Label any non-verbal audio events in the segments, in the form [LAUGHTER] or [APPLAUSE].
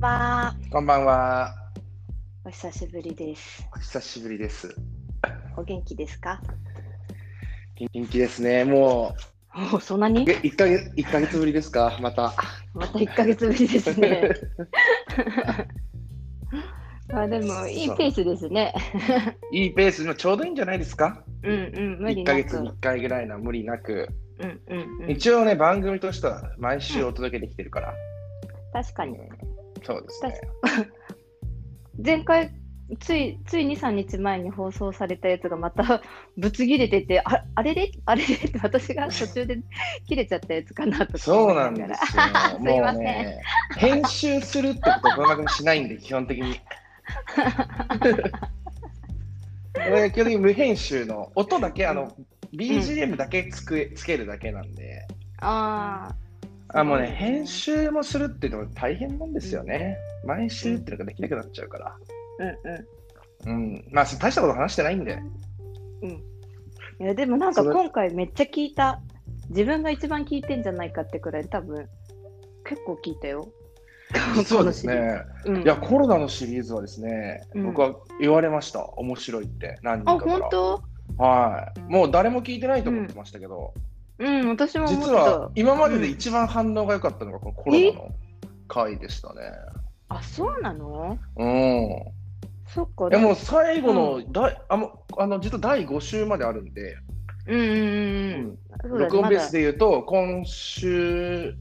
は。こんばんは。お久しぶりです。お久しぶりです。お元気です [LAUGHS] か。元気ですね。ももうそんなにう、。え一ヶ月、一ヶ月ぶりですか、また。また一ヶ月ぶりです [LAUGHS] ね。まあ、でも、いいペースですね。いいペース、のちょうどいいんじゃないですか。うんうん、無理一なヶく。月に一回ぐらいな無理なく。うんうんうん。一応ね、番組としては毎週お届けできてるから。確かに。そうですね。前回。ついつい23日前に放送されたやつがまた [LAUGHS] ぶつ切れててああれれあれれって私が途中で切れちゃったやつかなとかそ思ういなんがでらすよ。 [LAUGHS] すいませんもうね、編集するってことはこの番組しないんで、基本的 [LAUGHS] に。俺基本的に無編集の音だけ、あの、BGM だけつくつけるだけなんで。あああもうね、そうですね編集もするっていうのが大変なんですよね。毎週っていうのができなくなっちゃうから。うんうんうん。まあ、そう大したこと話してない [LAUGHS] んで。いやでもなんかそれ今回めっちゃ聞いた自分が一番聞いてんじゃないかってくらい多分結構聞いたよ [LAUGHS] そうですこのシリーね。ズうんいや、コロナのシリーズはですね、うん僕は言われました。面白いって、何あ人かから。本当はい。もう誰も聞いてないと思ってましたけど、うん私も思って実たは今までで一番反応が良かったのがこのコロナの回でしたね。あそうなのうん。そっかえでもう最後の、だいあもうあの実は第5週まであるんで、うんうんうんうんうん録音ベースでで言うと、今週、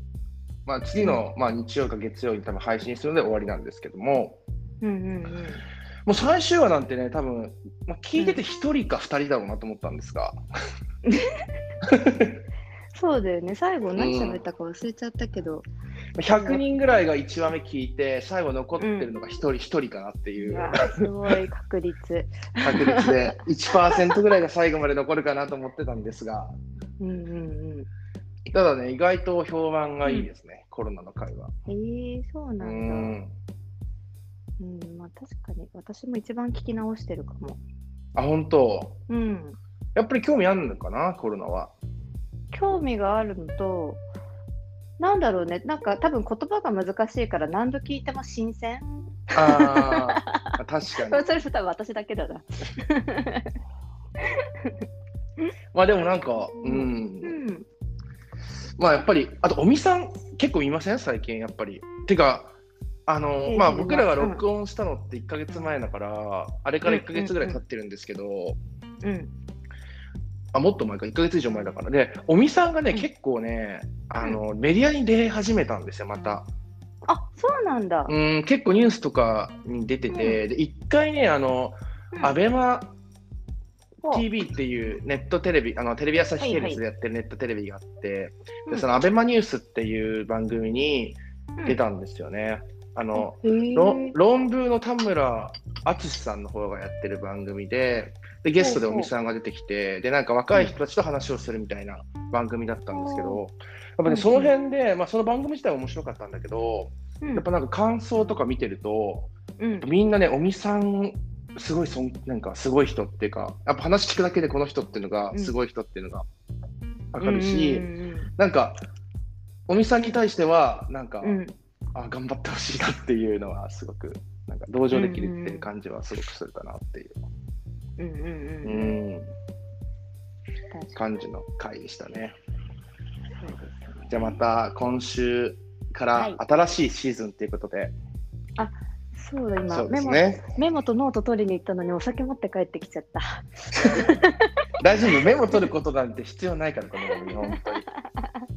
まあ、次の、まあ、日曜か月曜に多分配信するので終わりなんですけども、うんうんうんもう最終話なんてね、多分、まあ、聞いてて1人か2人だろうなと思ったんですが、そうだよね最後何喋ったか忘れちゃったけど、 100人ぐらいが1話目聞いて、最後残ってるのが1人、一人かなっていううわすごい確率確率で、1%ぐらいが最後まで残るかなと思ってたんですが、うんうんただね、意外と評判がいいですね、コロナの会話。うんへえそううなんだうんんまあ確かに私も一番聞き直してるかもあ、本当うんやっぱり興味あるのかな、コロナは。興味があるのと、なんだろうね、なんか多分言葉が難しいから何度聞いても新鮮。ああ、確かにそ。 [LAUGHS] れそれ多分私だけだな。まあでもなんか、う、うんん。まあやっぱり、あと、尾身さん、結構いません最近、やっぱり。てか、あの、まあ僕らが録音したのって1ヶ月前だから、あれから1ヶ月ぐらい経ってるんですけど、うん。あもっと前か、1ヶ月以上前だから。で、尾身さんがね、結構ね、あの、メディアに出始めたんですよ、また。あ、そうなんだ。うん、結構ニュースとかに出てて、で、1回ね、あの、アベマほう TV っていうネットテレビ、あのテレビ朝日系はいはい列でやってるネットテレビがあって、うんでそのアベマニュースっていう番組に出たんですよね。あの、へーろ論文の田村淳さんの方がやってる番組で、でゲストでほう尾ほう身さんが出てきて、でなんか若い人たちと話をするみたいな番組だったんですけど、やっうぱんうねんその辺で、まあその番組自体は面白かったんだけど、うんやっぱなんか感想とか見てると、うんみんなね、尾身さん、すごいそん、なんかすごい人っていうか、やっぱ話聞くだけでこの人っていうのが、うんすごい人っていうのが分かるし、うんうんなんか、尾身さんに対しては、なんか、うんうんあ、頑張ってほしいなっていうのは、すごく、なんか、同情できるっていう感じはすごくするかなっていう、うんうんううんうん。ん、確かに感じの回でしたね。そうですねじゃあまた、今週かはいら新しいシーズンということで、そうだ今そうでメすモね。メモとノート取りに行ったのにお酒持って帰ってきちゃった。大丈夫メモ取ることなんて必要ないからこの番 [LAUGHS] 組本当に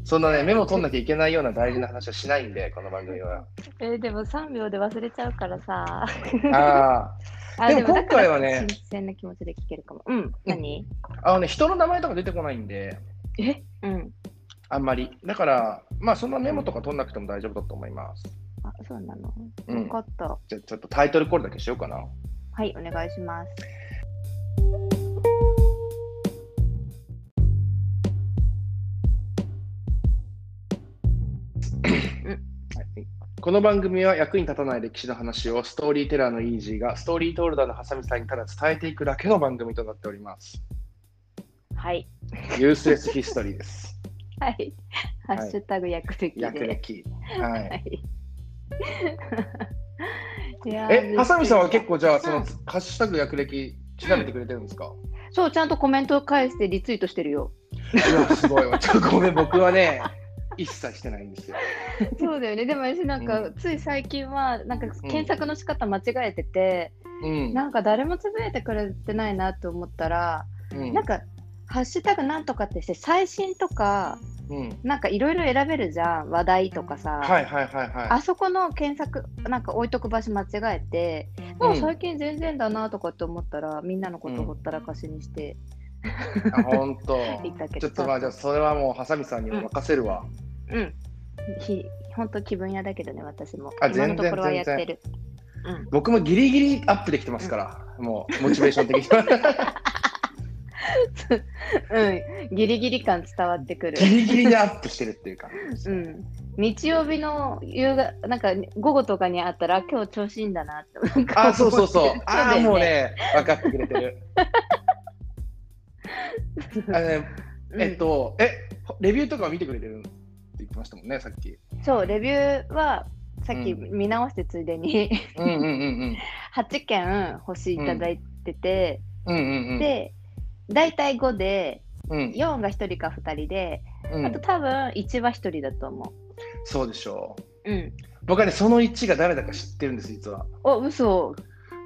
そんなねメモ取んなきゃいけないような大事な話はしないんでこの番 [LAUGHS] 組は [LAUGHS] えーでも3秒で忘れちゃうからさ。ああでも今回はねだから新鮮な気持ちで聞けるかも。うん。何？ーあのね人の名前とか出てこないんでえ？うん。あんまりだからまあそんなメモとか取んなくても大丈夫だと思いますあ、そうなの。うんよかった。じゃあちょっとタイトルコールだけしようかなはい、お願いします。この番組は役に立たない歴史の話をストーリーテラーのイージーがストーリートールダーのハサミさんにただ伝えていくだけの番組となっておりますはい。ユースレスヒストリ [LAUGHS] ーですはい。ハッシュタグ薬的で。 [LAUGHS] 役歴はいはい。いやーえ、ハサミさんは結構じゃあ、そうのん、ハッシュタグ役歴、調べてくれてるんですかそう、ちゃんとコメントを返してリツイートしてるよ。うわ、すごいわ。ちょっとごめん、僕はね、一切してないんですよ。そうだよね。でも私なんか、うつい最近はなんか検索の仕方間違えてて、うん。なんか誰もつぶやいてくれてないなと思ったら、うんなんかハッシュタグなんとかってして最新とかうん。なんかいろいろ選べるじゃん話題とかさ、はいはいはいはあそこの検索なんか置いとく場所間違えて、もう最近全然だなとかって思ったらみんなのことほったらかしにして、い。あほんといたけ。どちょっとまあ、じゃあ、それはもう、ハサミさんにお任せるわ。うん、ひ本当気分屋だけどね私も今あの全然ところはやってる。うん僕もギリギリアップできてますから、もう、モチベーション [LAUGHS] 的に。うん、ギリギリ感伝わってくるギ。リギリでアップしてるっていうか。うん、日曜日の夕方、なんか午後とかにあったら、今日調子いいんだなって。なんかあ、そうそう [LAUGHS] そう思っ。てああ、もう。ね、分かってくれて [LAUGHS] る。あのね、そうだよねえっ、と、え、レビューとかは見てくれてるって言ってましたもんね、さっき。うんそう、レビューはさっきう見直してついでに、 [LAUGHS] うんうんうん8件星いただいてて、うん。うんうんうん。、で、大体5で、うん、 4が1人か2人で、うあとん、多分1は1人だと思そうでしょう。う。うん。僕はね、その1が誰だか知ってるんです、実は。お、嘘。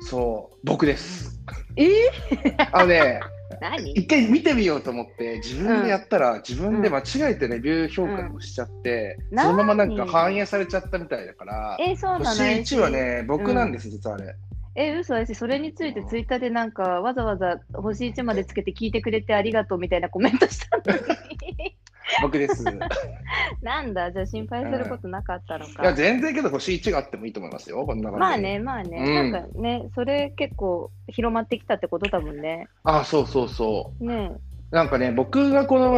そう、僕です。えー、あのね、何一回見てみようと思って、自分でやったら、自分で間違えてレビュー評価をしちゃって、うんそのままなんなかに反映されちゃったみたいだから、 [LAUGHS] えー、そうな星の1はね、僕なんです、実はあれ。え、嘘私、それについてツイッターでなんか、わざわざ星1までつけて聞いてくれてありがとうみたいなコメントしたのに。 [LAUGHS] 僕 [LAUGHS] です。いなんだ、じゃあ心配することなかったのや、か。全然けど、星1があってもいいと思いますよ、こんな感じ。まあ。ね、まあね、うんなんかね、それ結構広まってきたってことだもんね。あ、そうそうそねう。なんかね、僕がこの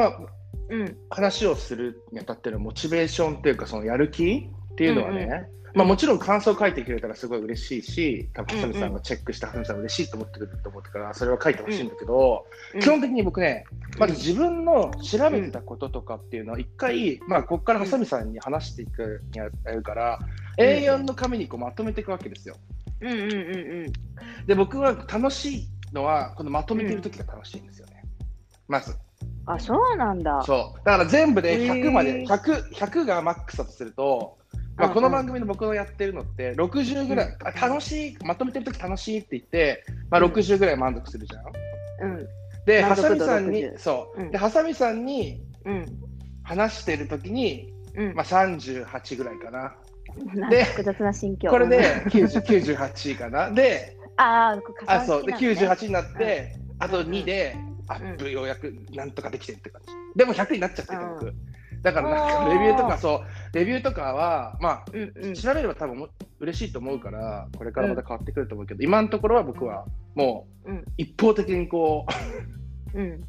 えうん、話をするにあたってのモチベーションっていうか、そのやる気っていうのはね、うんまあ、もちろん感想書いてくれたらすごい嬉しいし、多分うんハうんサミさんがチェックして、ハサミさんが嬉しいと思ってくれると思ってから、それは書いてほしいんだけど、うん基本的に僕ね、まず自分の調べてたこととかっていうのは、一回、まあ、ここからハサミさんに話していくにあたるから、うん A4 の紙にこうまとめていくわけですよ。うんうんうんうん。で僕は楽しいのはこのまとめてる時が楽しいんですよね。まずあ、そうなんだ。そうだから全部でへー100まで、100, 100がマックスだとすると、まあ、うんうんこの番組の僕のやってるのって60ぐらい、あ楽しいまとめてる時楽しいって言って、まあ、うん60ぐらい満足するじゃん。うん、でハ満足サ度ミさんに60そう、うんでハサミさんにうん、話してる時に、うん。まあ、38ぐらいかな。なんでか複雑な心境。これで90 98かな。であー、あそうで加算式なのね98になって、あと2で、アップようやくなんとかできてるって感じでも100になっちゃってる僕、うだからなんおかーレビューとかそうレビューとかはまあうんうん。調べれば多分も嬉しいと思うからこれからまた変わってくると思うけど、今のところは僕はもう、うん一方的にこううん、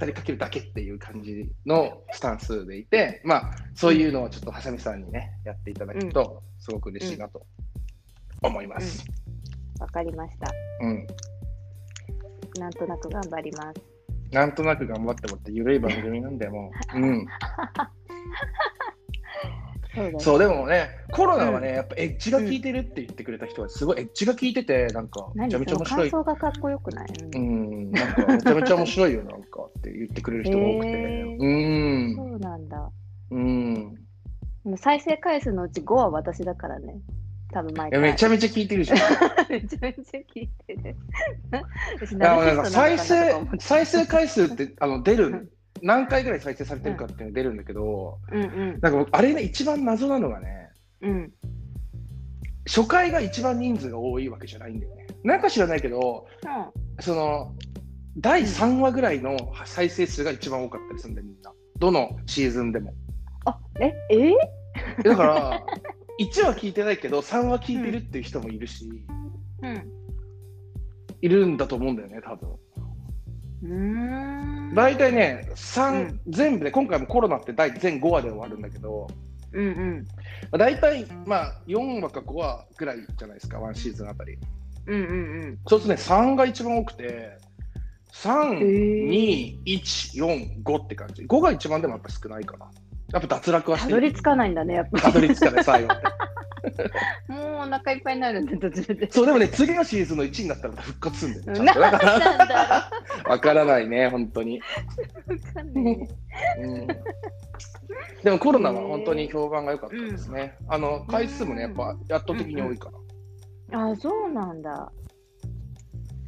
語りかけるだけっていう感じのスタンスでいてまあそういうのをちょっとハサミさんにねやっていただくとすごく嬉しいなと思います。わかりました。うんなんとなく頑張ります。なんとなく頑張ってもって緩い番組なんだよ、もう。うん、そうだねそう、でもね、コロナはね、やっぱエッジが効いてるって言ってくれた人がすごいエッジが効いてて、なんか、め何ちゃそめちゃの面白感い。想がかっこよくない、ううんん、なんか、めちゃめちゃ面白いよ、なんかって言ってくれる人が多くて。へーうん、そうなんだ。うん。でも再生回数のうち5は私だからね。多分毎いや回。めちゃめちゃ効いてるじゃん。 [LAUGHS] めちゃめちゃ聞いてる。私 [LAUGHS] あのなんナルかシストなのかなとか再生思って再生回数 [LAUGHS] ってあの出うるん何回ぐらい再生されてるかっていうの出るんだけど、うんうんなんか僕あれね一番謎なのがね、うん初回が一番人数が多いわけじゃないんだよね。なんか知らないけど、その第3話ぐらいの再生数が一番多かったりするんだよみんなどのシーズンでもあえええだから [LAUGHS] 1話聞いてないけど3話聞いてるっていう人もいるし、いるんだと思うんだよね多分うん。うーん。大体ね3、うん全部で今回もコロナって第全5話で終わるんだけどうんうん大体まあ4話か5話ぐらいじゃないですかワンシーズンあたりうんうんうん。そうするとね3が一番多くて3、えー、 2145って感じ5が一番でもやっぱ少ないかなやっぱ脱落はしてたるどり着かないんだね、やっぱ。たどり着かない最後もうお腹いっぱいになるんだ、途中で。そう、でもね、次のシーズンの1位になったらまた復活するんだよ。ちゃんなとだんからなんだわからないね、本当に。ろう。わかんないね。うんでもコロナは本当に評判が良かったですね。あの回数もね、やっぱ圧倒的に多いから。あ、そうなんだ。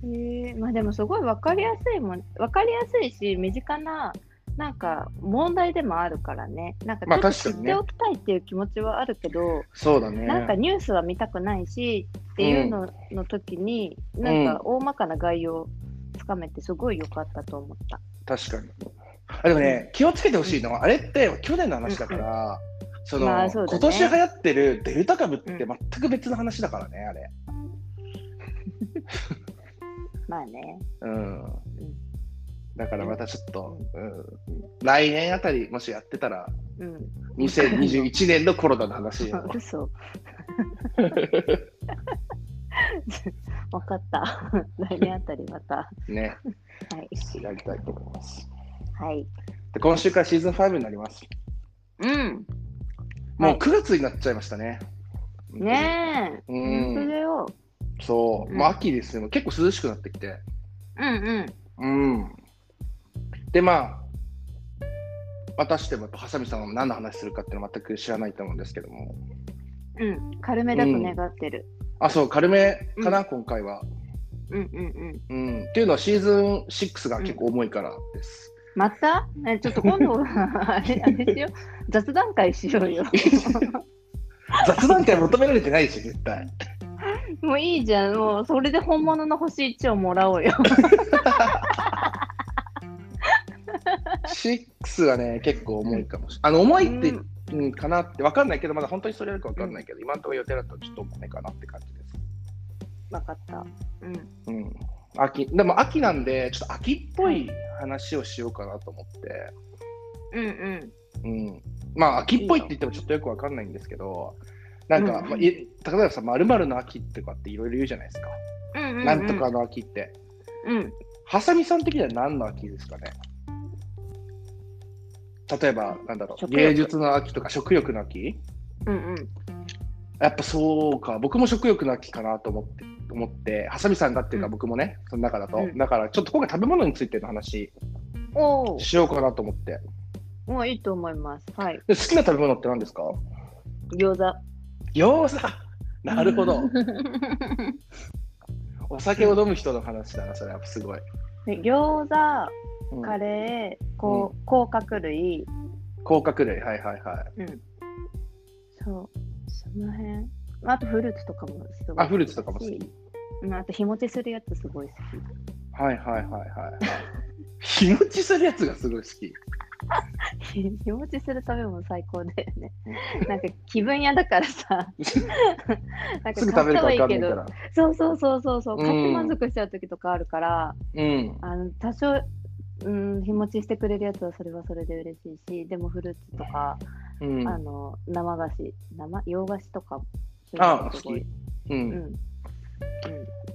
へえまあでもすごい分かりやすいもん、分かりやすいし、身近な、なんか問題でもあるからね、なんかまあちょっと知確っかにねておきたいっていう気持ちはあるけど、そうだね。なんかニュースは見たくないしっていうのの時に、なんか大まかな概要をつかめて、すごい良かったと思った。確かに。あでもね、気をつけてほしいのは、あれって去年の話だから、その、まあそうだね今年流行ってるデルタ株って全く別の話だからね、あれ。まあね、うん。だからまたちょっと、ううん、来年あたりもしやってたら、うん、 2021年のコロナの話を。 [LAUGHS] [LAUGHS] 嘘。分かった。 [LAUGHS] 来年あたりまた。は [LAUGHS] ね、い。やりたいと思います。はい。で今週からシーズン5になります。うん。もはうい9月になっちゃいましたね。ねえ。うん本当だよ。そう、うんまあ秋ですね。もう結構涼しくなってきて。うんうん。うん。で、まあ、私でもやっぱハサミさんは何の話するかっていうのは全く知らないと思うんですけども。うん。軽めだと願ってる。あ、そう、軽めかな、今回は。うんうんうん。うん。っていうのはシーズン6が結構重いからです。またねちょっと今 [LAUGHS] 度はあれあれしよう。雑談会しようよ。雑談会求められてないでしょ、絶対。もういいじゃん。もうそれで本物の星1をもらおうよ。 6はね、結構重いかもしれない。あの、重いって、うんうん、かなって、わかんないけど、まだ本当にそれやるかわかんないけど、今のところ予定だとちょっと重いかなって感じです。わかった。うん。うん、秋でも秋なんで、ちょっと秋っぽい話をしようかなと思って、うんうん。うん、まあ秋っぽいって言ってもちょっとよくわかんないんですけど、なんか、うんまあ、い例えばさ、まるの秋とかっていろいろ言うじゃないですか、うんうんうん、なんとかの秋って。うんはさみさん的には何の秋ですかね例えば、なんだろう、食欲芸術の秋とか食欲の秋うんうんやっぱそうか、僕も食欲の秋かなと思って、思って、はさみさんがっていうかうん僕もね、その中だと。うんだからちょっと今回食べ物についての話おーしようかなと思って。もういいと思いますはいで好きな食べ物って何ですか餃子餃 [LAUGHS] 子なるほでど。お酒を飲む人の話だな、それはすごい。餃子うんカレーこう甲殻類甲殻類、はいはいはい。そうその辺まああとフルーツとかもすごいあ、フルーツとかも好き。うんあと日持ちするやつすごい好き [LAUGHS] はいはいはいはい。日持ちするやつがすごい好き。日持ちする食べ物最高だよねなんか気分屋だから [LAUGHS] さなんすぐ食べるか買っ分たかはんないいいけかどら。そうそうそうそうそう買ってうん満足しちゃう時とかあるから、うん。あの多少、うん、日持ちしてくれるやつはそれはそれで嬉しいしでもフルーツとか、うん。あの生菓子生洋菓子とかあそういうのすうごいうんん。うん、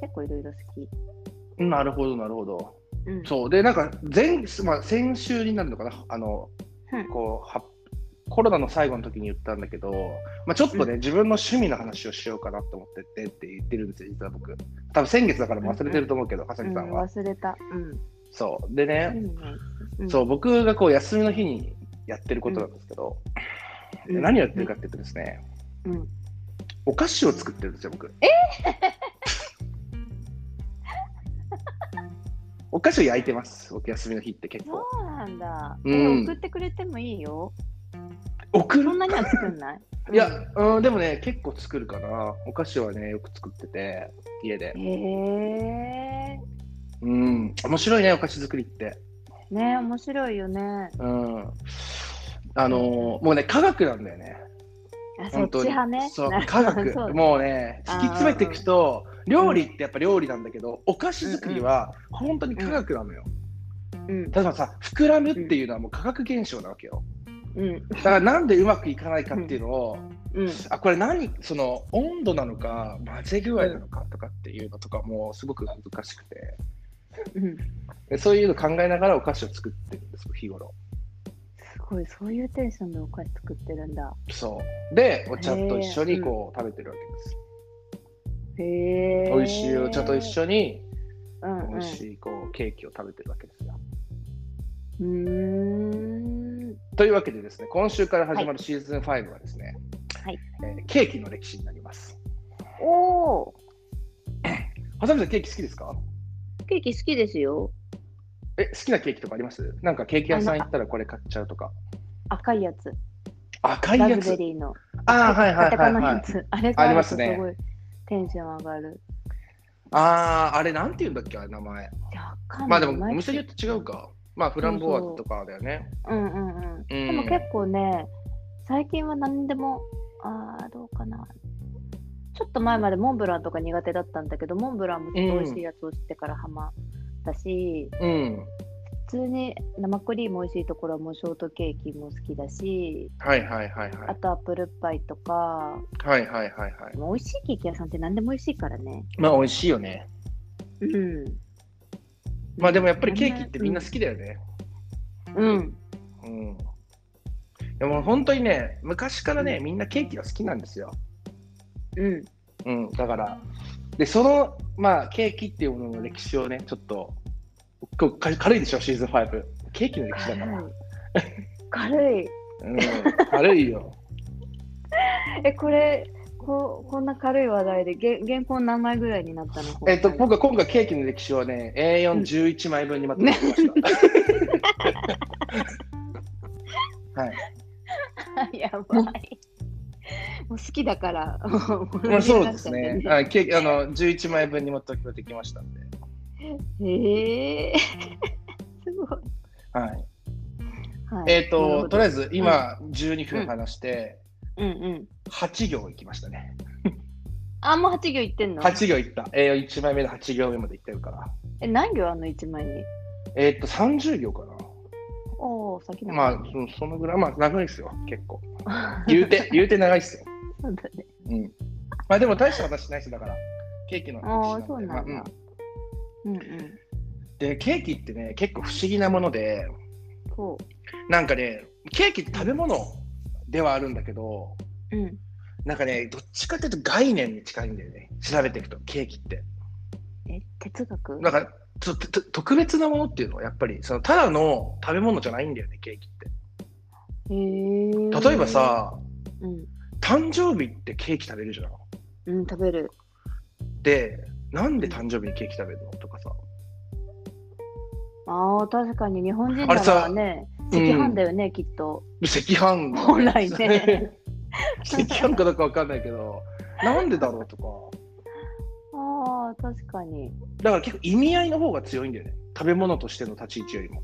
結構いろいろ好き、なるほど、なるほど。うん、そう。で、なんか前、まあ、先週になるのかな。あのうん、こう、はコロナの最後の時に言ったんだけど、まあ、ちょっとね、う自分の趣味の話をしようかなと思っててって言ってるんですよ、実は僕。多分先月だからもう忘れてると思うけど、はさみさんうんは。忘れたうんそう。でうね、んうんそう、僕がこう、休みの日にやってることなんですけど、うんで何をやってるかっていうとですね、うんお菓子を作ってるんですよ、僕。 [LAUGHS] お菓子を焼いてます、僕、休みの日って結構。そうなんだ、うんえ送ってくれてもいいよ送そるんなには作んない [LAUGHS] いや、うん、でもね、結構作るかな。お菓子はね、よく作ってて、家でへ。えうん、面白いね、お菓子作りって。ね面白いよねうん。あのーもうね、科学なんだよね。あそっ本ち当に派ねそうなる科ほど [LAUGHS] 学そうもうね突き詰めていくと料理ってやっぱ料理なんだけど、お菓子作りは本当に科学なのよ、うん例えばさ膨らむっていうのはもう科学現象なわけようんだからなんでうまくいかないかっていうのを、うんあこれ何その温度なのか混ぜ具合なのかとかっていうのとかもすごく難しくてうんでそういうの考えながらお菓子を作ってるんです日頃すごい、そういうテンションでお菓子作ってるんだ。そうでお茶と一緒にこう食べてるわけです、へえ。美味しいお茶と一緒にうん、うん。美味しいこうケーキを食べてるわけですよ、うーん。というわけでですね今週から始まるシーズン5はですね、はいえーケーキの歴史になりますおお。はさみさんケーキ好きですかケーキ好きですよ。え好きなケーキとかありますなんかケーキ屋さん行ったらこれ買っちゃうとか赤いやつ。赤いラやズベつリーの。ああはいはいカタはカい、ナのはやい、つ。あれありがまあるすとすねごいテンション上がる。あああれなんて言うんだっけあれ名前いやわかんないまあでもお毎月店によって違うかまあフランボワーズとかだよねうんうんうん。うんでも結構ね、最近は何でも、ああ、どうかな。ちょっと前までモンブランとか苦手だったんだけど、モンブランもちょっと美味しいやつを知ってからハマったし、うん普通に生クリーム美味しいところはもうショートケーキも好きだし、はいはいはいはあとアップルパイとか、いはいはいはいはいもう美味しいケーキ屋さんって何でも美味しいからね。まあ美味しいよねうん。まあでもやっぱりケーキってみんな好きだよねうん。うんでも本当にね昔からねみんなケーキが好きなんですようん。うんだからでそのまあケーキっていうものの歴史をねちょっとこうか軽いでしょシーズン5ケーキの歴史だから、軽い。うん、軽いよえ、これ、ここんな軽い話題で、げ原稿何枚ぐらいになったのえっと、 [LAUGHS] 僕は今回ケーキの歴史をね、A411 枚分にまとめてきました。 [LAUGHS] はい。 [LAUGHS] やばい。もう好きだから。 [LAUGHS] まあ、そうで [LAUGHS] すね。はい、ケーキ、あの、11枚分にまとめてきましたんで。へえー。 [LAUGHS] すごい。はい。はい、えっと、とりあえず、な今、12分話して、うんうん。 8行いきましたね。あ、もう8行いってんの8行いった。A41 枚目の8行目までいってるから。え、何行あの1枚に。えっと、30行かな。おお、先の。 [LAUGHS] まあ、そそのぐらい、まあ、長いですよ、結構。言うて、言うて長いですよ。そう [LAUGHS] だね。うん。まあ、でも、大した話ないですだから、ケーキの歴あ史あ、そうでなんまあだうん。うんうん。でケーキってね結構不思議なものでそなんかねケーキって食べ物ではあるんだけどう。うん。なんかねどっちかっていうと概念に近いんだよね調べていくとケーキってえ、哲学なんかちょっと特別なものっていうのはやっぱりそのただの食べ物じゃないんだよねケーキっへえ。て例えば、さうん。誕生日ってケーキ食べるじゃんうん、食べる。でなんで誕生日にケーキ食べるのとかさああ、確かに日本人あれなさらね、赤飯だよね、きっと。赤飯本来ね [LAUGHS] 赤飯かどうかわかんないけどなんでだろうとか [LAUGHS] ああ、確かに。だから結構意味合いの方が強いんだよね食べ物としての立ち位置よりも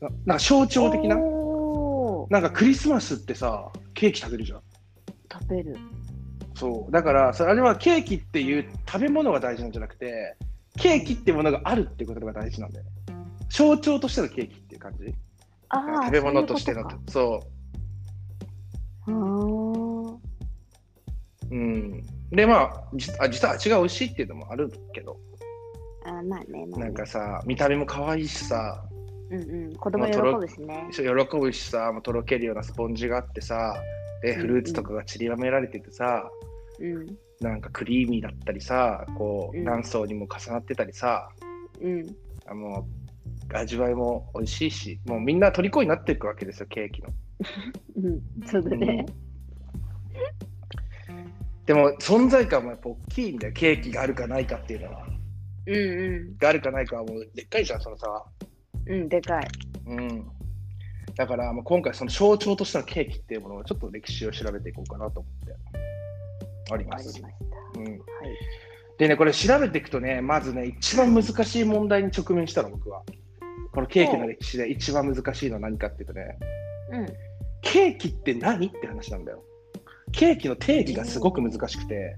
ななんか象徴的なおーなんかクリスマスってさケーキ食べるじゃん食べる。そうだからそれあれはケーキっていう食べ物が大事なんじゃなくてケーキってものがあるっていうことが大事なんだよね象徴としてのケーキっていう感じあー食べ物としてのそういうこそとかううんでまあじあ実は味が美味しいっていうのもあるけどあーあー、まあね、まあね、なんかさ見た目も可愛いしさうんうん、子供喜ぶしね。喜ぶしさもうとろけるようなスポンジがあってさでうんフルーツとかが散りばめられててさ、うん、なんかクリーミーだったりさこううん何層にも重なってたりさ、うん、あの味わいも美味しいしもうみんな虜になっていくわけですよケーキの。うん、そうだね。でも存在感もやっぱ大きいんだよケーキがあるかないかっていうのは。うんうがあるかないかはもうでっかいじゃんそのさ。ん、うん、でかい。うんだからまあ今回その象徴としてのケーキっていうものをちょっと歴史を調べていこうかなと思ってありわまかりますし。た。はうんい。でね、これ調べていくとね、まずね、一番難しい問題に直面したの、僕は。このケーキの歴史で一番難しいのは何かっていうとね、うん、ケーキって何って話なんだよ。ケーキの定義がすごく難しくて、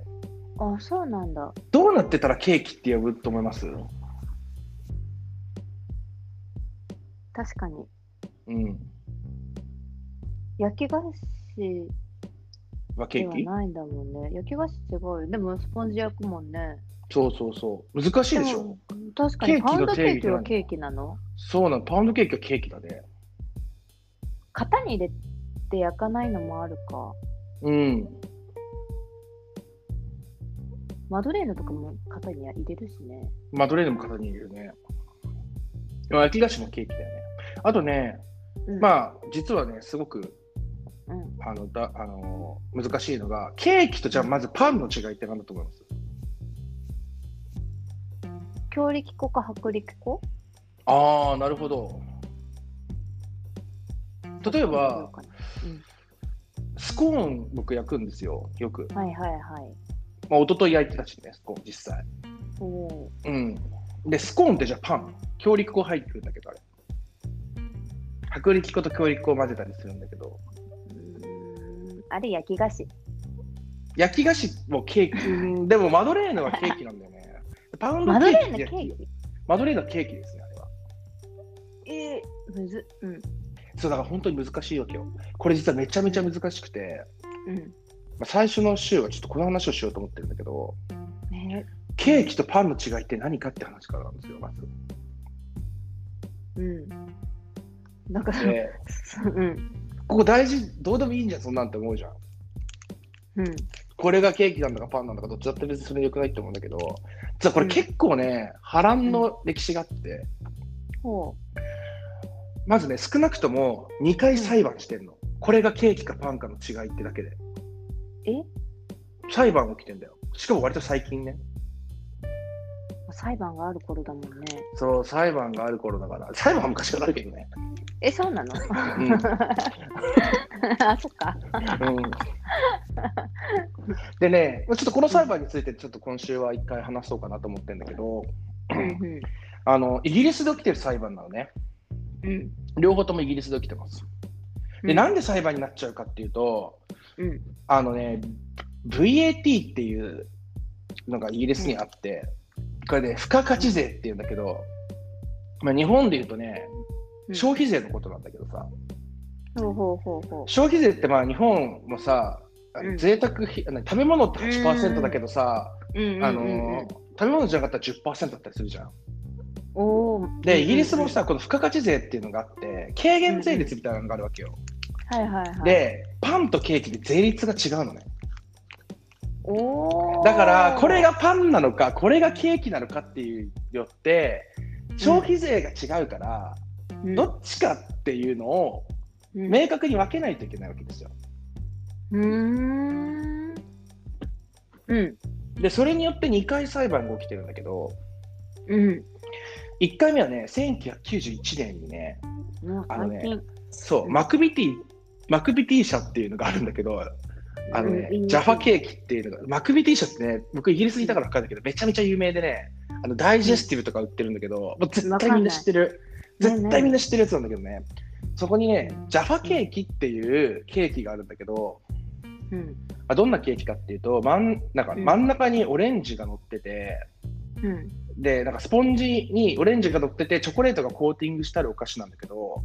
あー、そうなんだ。どうなってたらケーキって呼ぶと思います確かに。うん。焼き菓子はケでーはキないんだもんね。焼き菓子違うよ。でもスポンジ焼くもんね。そうそうそう。難しいでしでもょ。確かにケーキパのウンドケー定義ってキ何はケーキなのそうなの、パウンドケーキはケーキだね。型に入れて焼かないのもあるか。うん。マドレーヌとかも型に入れるしね。マドレーヌも型に入れるね。でも焼き菓子もケーキだよね。あとね、うん、あ、まあ、実はね、すごくうん、あのだあの難しいのが、ケーキとじゃあまずパンの違いって何だと思います強力粉か薄力粉ああ、なるほど。例えば、スコーン僕焼くんですよ、よく。はいはいはい。まあ、一昨日焼いてたしね、スコーン実際。おおうん。で、スコーンってじゃあパン、強力粉入ってるんだけど、あれ。薄力粉と強力粉を混ぜたりするんだけど、ー。うーんあれ焼き菓子。焼き菓子もケーキ、うんでもマドレーヌはケーキなんだよね。 [LAUGHS] パウンドマドケレーーヌキケー焼きキマドレーヌはケーキですね、あれは。えー、むず。うん。そう、だから本当に難しいわけよ。これ実はめちゃめちゃ難しくて、うん。まあ、最初の週はちょっとこの話をしようと思ってるんだけど、えケーキとパンの違いって何かって話からなんですよ、まず。ー、うん。なんか、 [LAUGHS] で、うん。ここ大事、どうでもいいんじゃん、そんなんって思うじゃん。うん。これがケーキなんだかパンなんだか、どっちだって別にそれ良くないと思うんだけど、実はこれ結構ね、波乱の歴史があって、ほまずね、少なくとも2回裁判してんの。これがケーキかパンかの違いってだけで。う。え裁判起きてんだよ。しかも割と最近ね。裁判がある頃だもんね。そう、裁判がある頃だから。裁判は昔からあるけどね。え、そう [LAUGHS] なのうん。あ、そっか。うんでね、ちょっとこの裁判について、ちょっと今週は一回話そうかなと思ってるんだけど、うんあのイギリスで起きてる裁判なのね、うん。うん。両方ともイギリスで起きてます。で、なんで裁判になっちゃうかっていうと、うんあのね、VAT っていうのがイギリスにあって、これで、ね、付加価値税っていうんだけど、まあ、日本でいうとね、消費税のことなんだけどさ、ほうほうほうほ消費税ってまあ日本もさ、うん贅沢品あの食べ物って8%だけどさ、う。うんうんうんうんあのー食べ物じゃなかったら10%だったりするじゃん。おーで、イギリスも、さ、この付加価値税っていうのがあって、軽減税率みたいなのがあるわけよ。はいはいはい、で、パンとケーキで税率が違うのね。おーだから、これ、がパンなのか、これがケーキなのかっていうよって、消費税が違うから、うんどっちかっていうのをうん明確に分けないといけないわけですよ。うーん。うん。で、それによって2回裁判が起きてるんだけど、うん。 1回目はね、1991年にね、もうあのね最近。そう、マクビティ、マクビティ社っていうのがあるんだけど、あのねうん、ジャファケーキっていうのが、マクビ T シャツね、僕イギリスにいたから分かるんだけど、めちゃめちゃ有名でね、あのダイジェスティブとか売ってるんだけど、もう絶対みんな知ってる。わかんない絶対みんな知ってるやつなんだけどね。そこにね、ジャファケーキっていうケーキがあるんだけど、うん。あどんなケーキかっていうと、真んなんかうん真ん中にオレンジが乗ってて、うん。で、なんかスポンジにオレンジが乗ってて、チョコレートがコーティングしてあるお菓子なんだけど、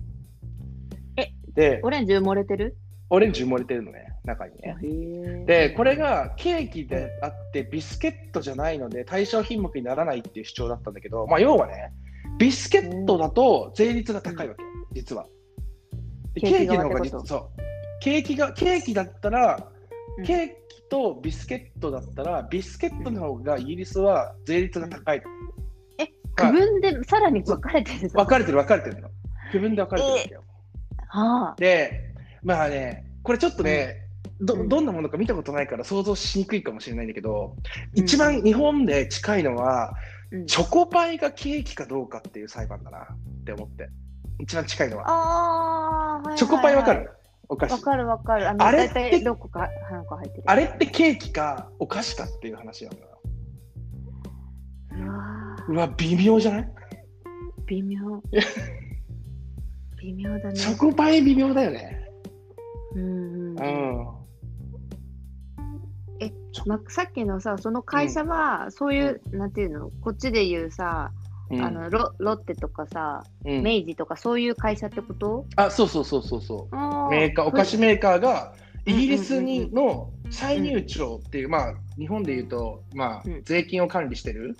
えで、オレンジ埋もれてるオレンジ埋もれてるのね、中にね。ーでこれがケーキであってビスケットじゃないので対象品目にならないっていう主張だったんだけど、まあ、要はねビスケットだと税率が高いわけ、実は。でケーキ側ってこと実そうケーキがケーキだったら、うんケーキとビスケットだったらビスケットの方がイギリスは税率が高い、区分でさらに分かれてるぞ分かれてる分かれてるの区分で分かれてるわけよ。はあ。でまあねこれちょっとね、うどんどんなものか見たことないから想像しにくいかもしれないんだけど、うん一番日本で近いのはうんチョコパイがケーキかどうかっていう裁判だなって思って一番近いのはああ、はいはいはいチョコパイわかるお菓わ子かるわかる。あの、あれ大って体どこか何個入ってる。あれってケーキかお菓子かっていう話なのようわーうわ微妙じゃない微 [LAUGHS] 妙。微妙だね。チョコパイ微妙だよねうんううん。んえま、さっきのさ、その会社は、そういう、なんていうの、こっちで言うさ、うんあのロロッテとかさ、うん明治とかそういう会社ってことあそうそうそうそうそうメメーカー、お菓子メーカーがイギリスにの歳入庁っていう、まあ、日本でいうと、まあうん、税金を管理してる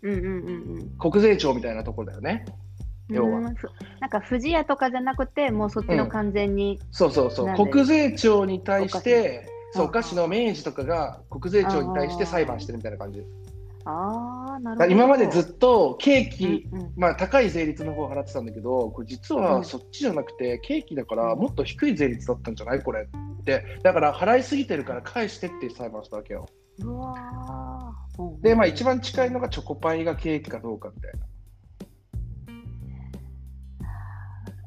うんうんうん国税庁みたいなところだよね。要はうんそうなんか不二家とかじゃなくてもうそっちの完全に、そうそうそなんうで国税庁に対してお菓子そうお菓子の明治とかが国税庁に対して裁判してるみたいな感じああなだるかほどら今までずっとケーうキ、んうんまあ、高い税率の方を払ってたんだけどこれ実うはんそっちじゃなくてケーキだからうんもっと低い税率だったんじゃないこれってだから払いすぎてるから返してっていう裁判したわけようわーうんうんでまあ一番近いのがチョコパイがケーキかどうかみたいな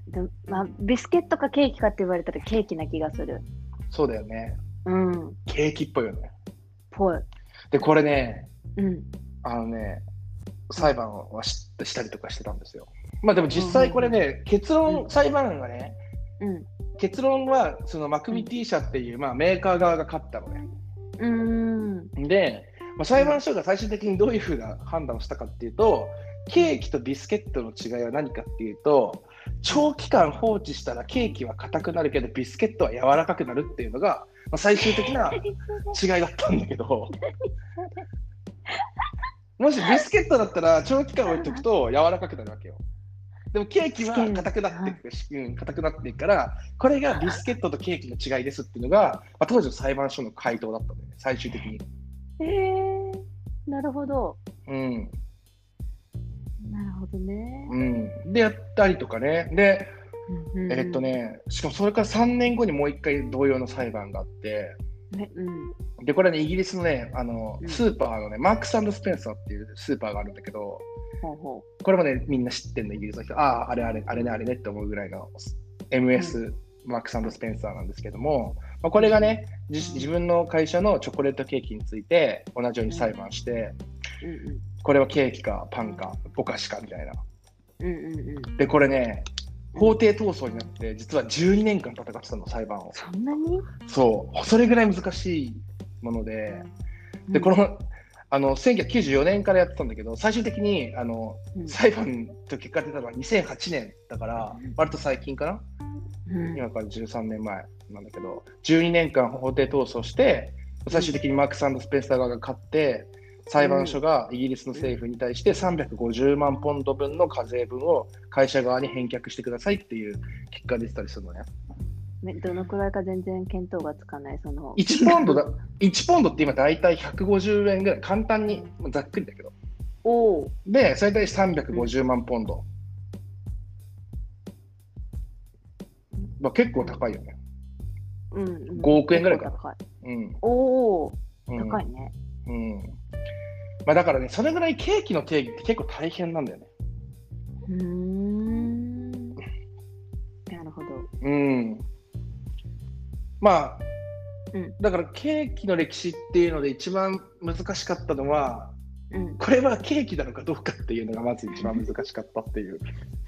でまあ、ビスケットかケーキかって言われたらケーキな気がするそうだよねうんケーキっぽいよねぽいでこれねうんあのね裁判はししたりとかしてたんですよまあでも実際これね結論裁判がねうん結論はそのマクミ T 社っていう、まあ、メーカー側が勝ったのねうーんで、まあ、裁判所が最終的にどういうふうな判断をしたかっていうと、ケーキとビスケットの違いは何かっていうと、長期間放置したらケーキは硬くなるけど、ビスケットは柔らかくなるっていうのが、まあ、最終的な違いだったんだけど、もしビスケットだったら長期間置いておくと柔らかくなるわけよ。でもケーキは硬くなっていくうん硬くなっていくから、これがビスケットとケーキの違いですっていうのが、まあ、当時の裁判所の回答だったんだよね、最終的に。えー、なるほどうんなるほどね、うん、でやったりとかねで、うんうんえっとねしかもそれから3年後にもう一回同様の裁判があってねうんでこれはねイギリスのねあのうんスーパーのね、マークススペンサーっていうスーパーがあるんだけどほうほこれもねみんな知ってんのイギリスの人あああれあれあれねあれねって思うぐらいの MS、マークススペンサーなんですけども、まあ、これがね自自分の会社のチョコレートケーキについて同じように裁判して、ううんこれはケーキかパンかお菓子かみたいなうんうんうんうんでこれね法廷闘争になって実は12年間戦ってたの裁判をそんなにそうそれぐらい難しいものででこの、のあの1994年からやってたんだけど最終的にあのうん裁判と結果出たのは2008年だから割と最近かなうん今から13年前なんだけど12年間法廷闘争して最終的にマークススペンサー側が勝って裁判所がイギリスの政府に対して350万ポンド分の課税分を会社側に返却してくださいっていう結果が出てたりするのねめどのくらいか全然見当がつかないその1ポンドだ1ポンド [LAUGHS] って今大体150円ぐらい簡単にまあざっくりだけどおおでそれに対して350万ポンド、まあ、結構高いよねうんうん、 5億円ぐらいかな結構高いうん、おおうん、高いね、うんまあ、だからね、それぐらいケーキの定義って結構大変なんだよね。うーんなるほど。うん。まあ、うんだからケーキの歴史っていうので一番難しかったのは、うん。これはケーキなのかどうかっていうのがまず一番難しかったっていう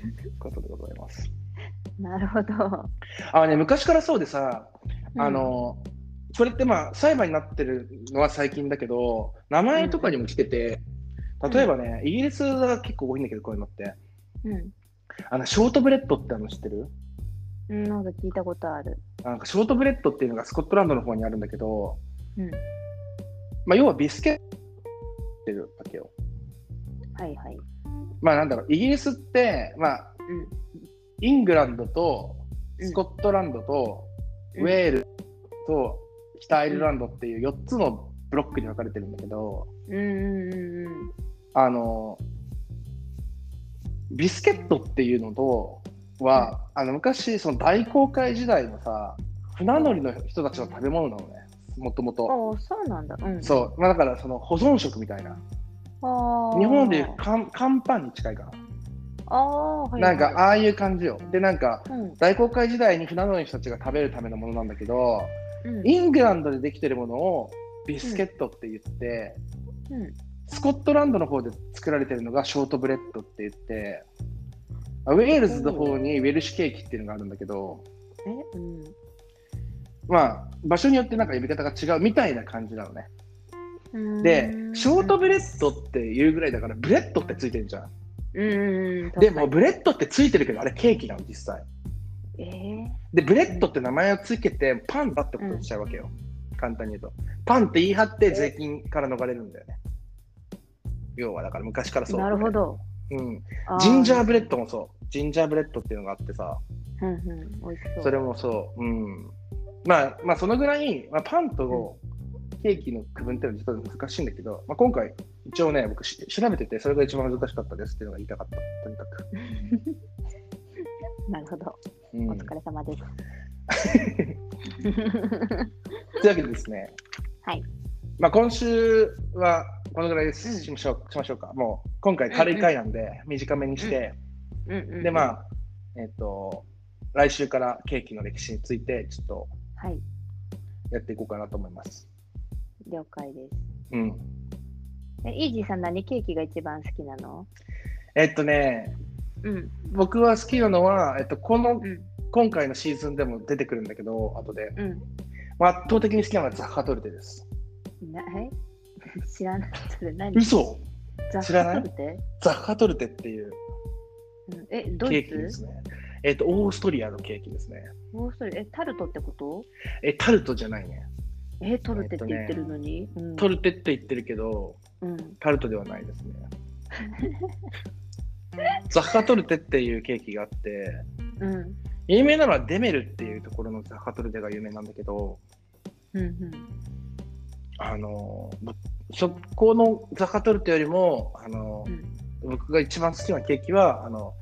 [LAUGHS] ことでございます。なるほど。あのね、昔からそうでさ、あの、それってまあ裁判になってるのは最近だけど、名前とかにも来てて、うん例えばね、イギリスが結構多いんだけど、こういうのって。うん、うん。あのショートブレッドってあの知ってるうん。なんか聞いたことある。なんかショートブレッドっていうのがスコットランドの方にあるんだけど、うん。まあ、要はビスケットってるわけよ。はいはい。まあなんだろう、イギリスって、まあ、うん。イングランドとうんスコットランドとうんウェールズと北アイルランドっていう4つのブロックに分かれてるんだけど、うんうんうんあの、ビスケットっていうのとは、あの昔、その大航海時代のさ、船乗りの人たちの食べ物なのね、もともと。うん。ああ、そうなんだ。うん。そう、まあ、だからその保存食みたいな、ああ。日本でいう乾乾パンに近いかああ、はな、い、なんか、ああいう感じよ。で、なんか、うん。大航海時代に船乗りの人たちが食べるためのものなんだけど、うん。イングランドでできてるものをビスケットって言って、うん。スコットランドの方で作られてるのがショートブレッドって言って、あウェールズの方にウェルシュケーキっていうのがあるんだけど、え、うん。まあ、場所によってなんか呼び方が違うみたいな感じなのね。うーんで、ショートブレッドっていうぐらいだから、ブレッドってついてるじゃん。うんうんうん。でも確かブレッドってついてるけどあれケーキなの実際に、えでブレッドって名前をつけてパンだってことにしちゃうわけよ、簡単に言うとパンって言い張って税金から逃れるんだよね要はだから昔からー、そうなるほど。うん、あージンジャーブレッドもそジンジャーブレッドっていうのがあってさ、うんうん、美味しそう。それもそう、うん。まあ、まあ、そのぐらい、まあ、パンとケーキの区分っていうのは実は難しいんだけど、まあ、今回、一応ね、僕し調べてて、それが一番難しかったですっていうのが言いたかった、とにかく。なるほど。うんお疲れ様 [LAUGHS] です。というわけでですね、はいまあ、今週はこのぐらいで指示しましょうしましょうか、もう今回軽い回なんで、短めにして、うんうんうんで、まあ、えっ、と、来週からケーキの歴史について、ちょっとはい、やっていこうかなと思います。了解です。うん、えイージーさん何ケーキが一番好きなのえっ、とね、うん。僕は好きなのは、えっとこのうん。今回のシーズンでも出てくるんだけど、後で、うん。まあ、圧倒的に好きなのはザッハトルテです。なえ [LAUGHS] 知らない。それ何嘘ザ知らないトルテザッハトルテっていううん、え、ケドーイキでツすね。えっと、オーストリアのケーキですね。オーストリアえ、タルトってことえ、タルトじゃないね。え、トルテって言ってるのに、うんトルテって言ってるけど、うん。タルトではないですね。ザッハトルテっていうケーキがあって、うん。有名なのはデメルっていうところのザッハトルテが有名なんだけど、うん。うん。あのー、僕そこのザッハトルテよりも、あのー、うん僕が一番好きなケーキはあの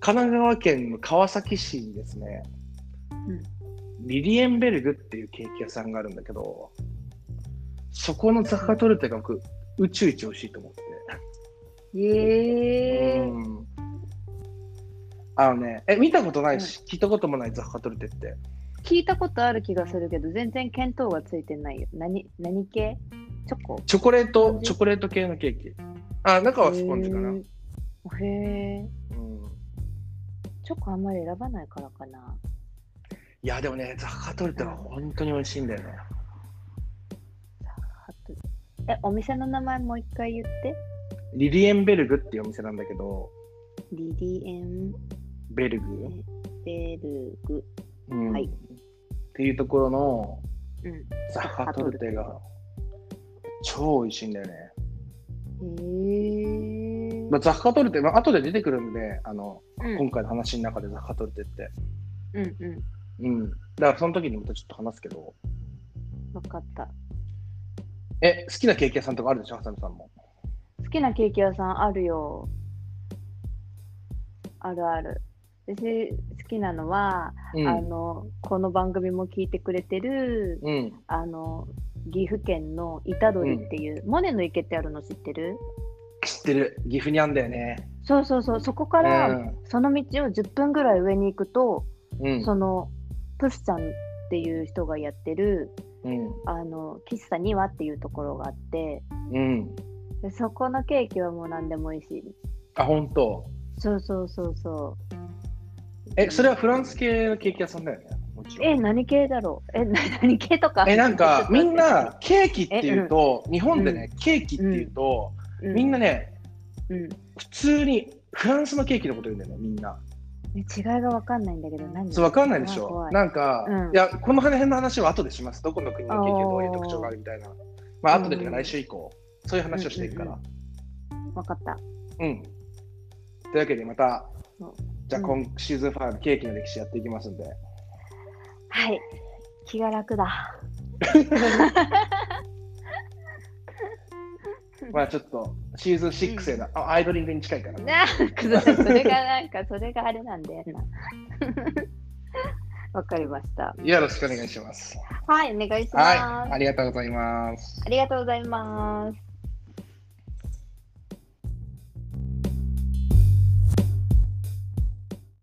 神奈川県の川崎市にですね、リリエンベルグっていうケーキ屋さんがあるんだけどそこのザッカトルテが僕宇宙一美味しいと思って、えー、うんあのねえ見たことないし、聞いたこともないザッカトルテって聞いたことある気がするけど、全然見当がついてないよ。何、何系チョコチョコレーうトんチョコレート系のケーキあ中はスポンジかな、へーへーうんチョコあんまり選ばないからかな。いやでもねザッカトルテは本当に美味しいんだよね、ハトえ、お店の名前もう一回言って。リリエンベルグっていうお店なんだけどリリエンベルグ、ベルグ。うんはいっていうところのうん。ザッハトルテが超美味しいんだよね。へえ。まあ、ザッハトルテ、まあ後で出てくるんで、あのうん今回の話の中でザッハトルテって。うんううん。だからその時にまたちょっと話すけど、ん。わかった。え、好きなケーキ屋さんとかあるでしょ、ハサミさんも。好きなケーキ屋さんあるよ。あるある。私好きなのは、うん。あのこの番組も聞いてくれてるうん、あの岐阜県の虎取っていう、モネの池ってあるの知ってる知ってる。岐阜にあんだよね。そうそうそうそこから、その道を10分ぐらい上に行くと、うん。うん。そのプスちゃんっていう人がやってるうん。あの喫茶にはっていうところがあってうん。でそこのケーキはもう何でも美味しいあ、本当。そうそうそうそうえ、それはフランス系のケーキ屋さんだよね。もちろえん。何系だろうえ [LAUGHS] な何系とかえ、なん [LAUGHS] かみんな、ケーキっていうと、日本でね、うケーキっていうと、うみんなね、うん普通にフランスのケーキのこと言うんだよねみんなえ違いが分かんないんだけど何そうわかんないでし怖ょ怖いなんか、うんいやこの辺の話は後でしますどこの国のケーキがどういう特徴があるみたいなまあ後でというかうん来週以降、そういう話をしていくから分かったうんというわけでまたそうじゃあうん今シーズン5ケーキの歴史やっていきますんではい気が楽だまあちょっとシーズン6への、あアイドリングに近いからねなそれがなんかそれがあれなんだよな [LAUGHS] わかりましたよろしくお願いしますはいお願いします、はいありがとうございますありがとうございます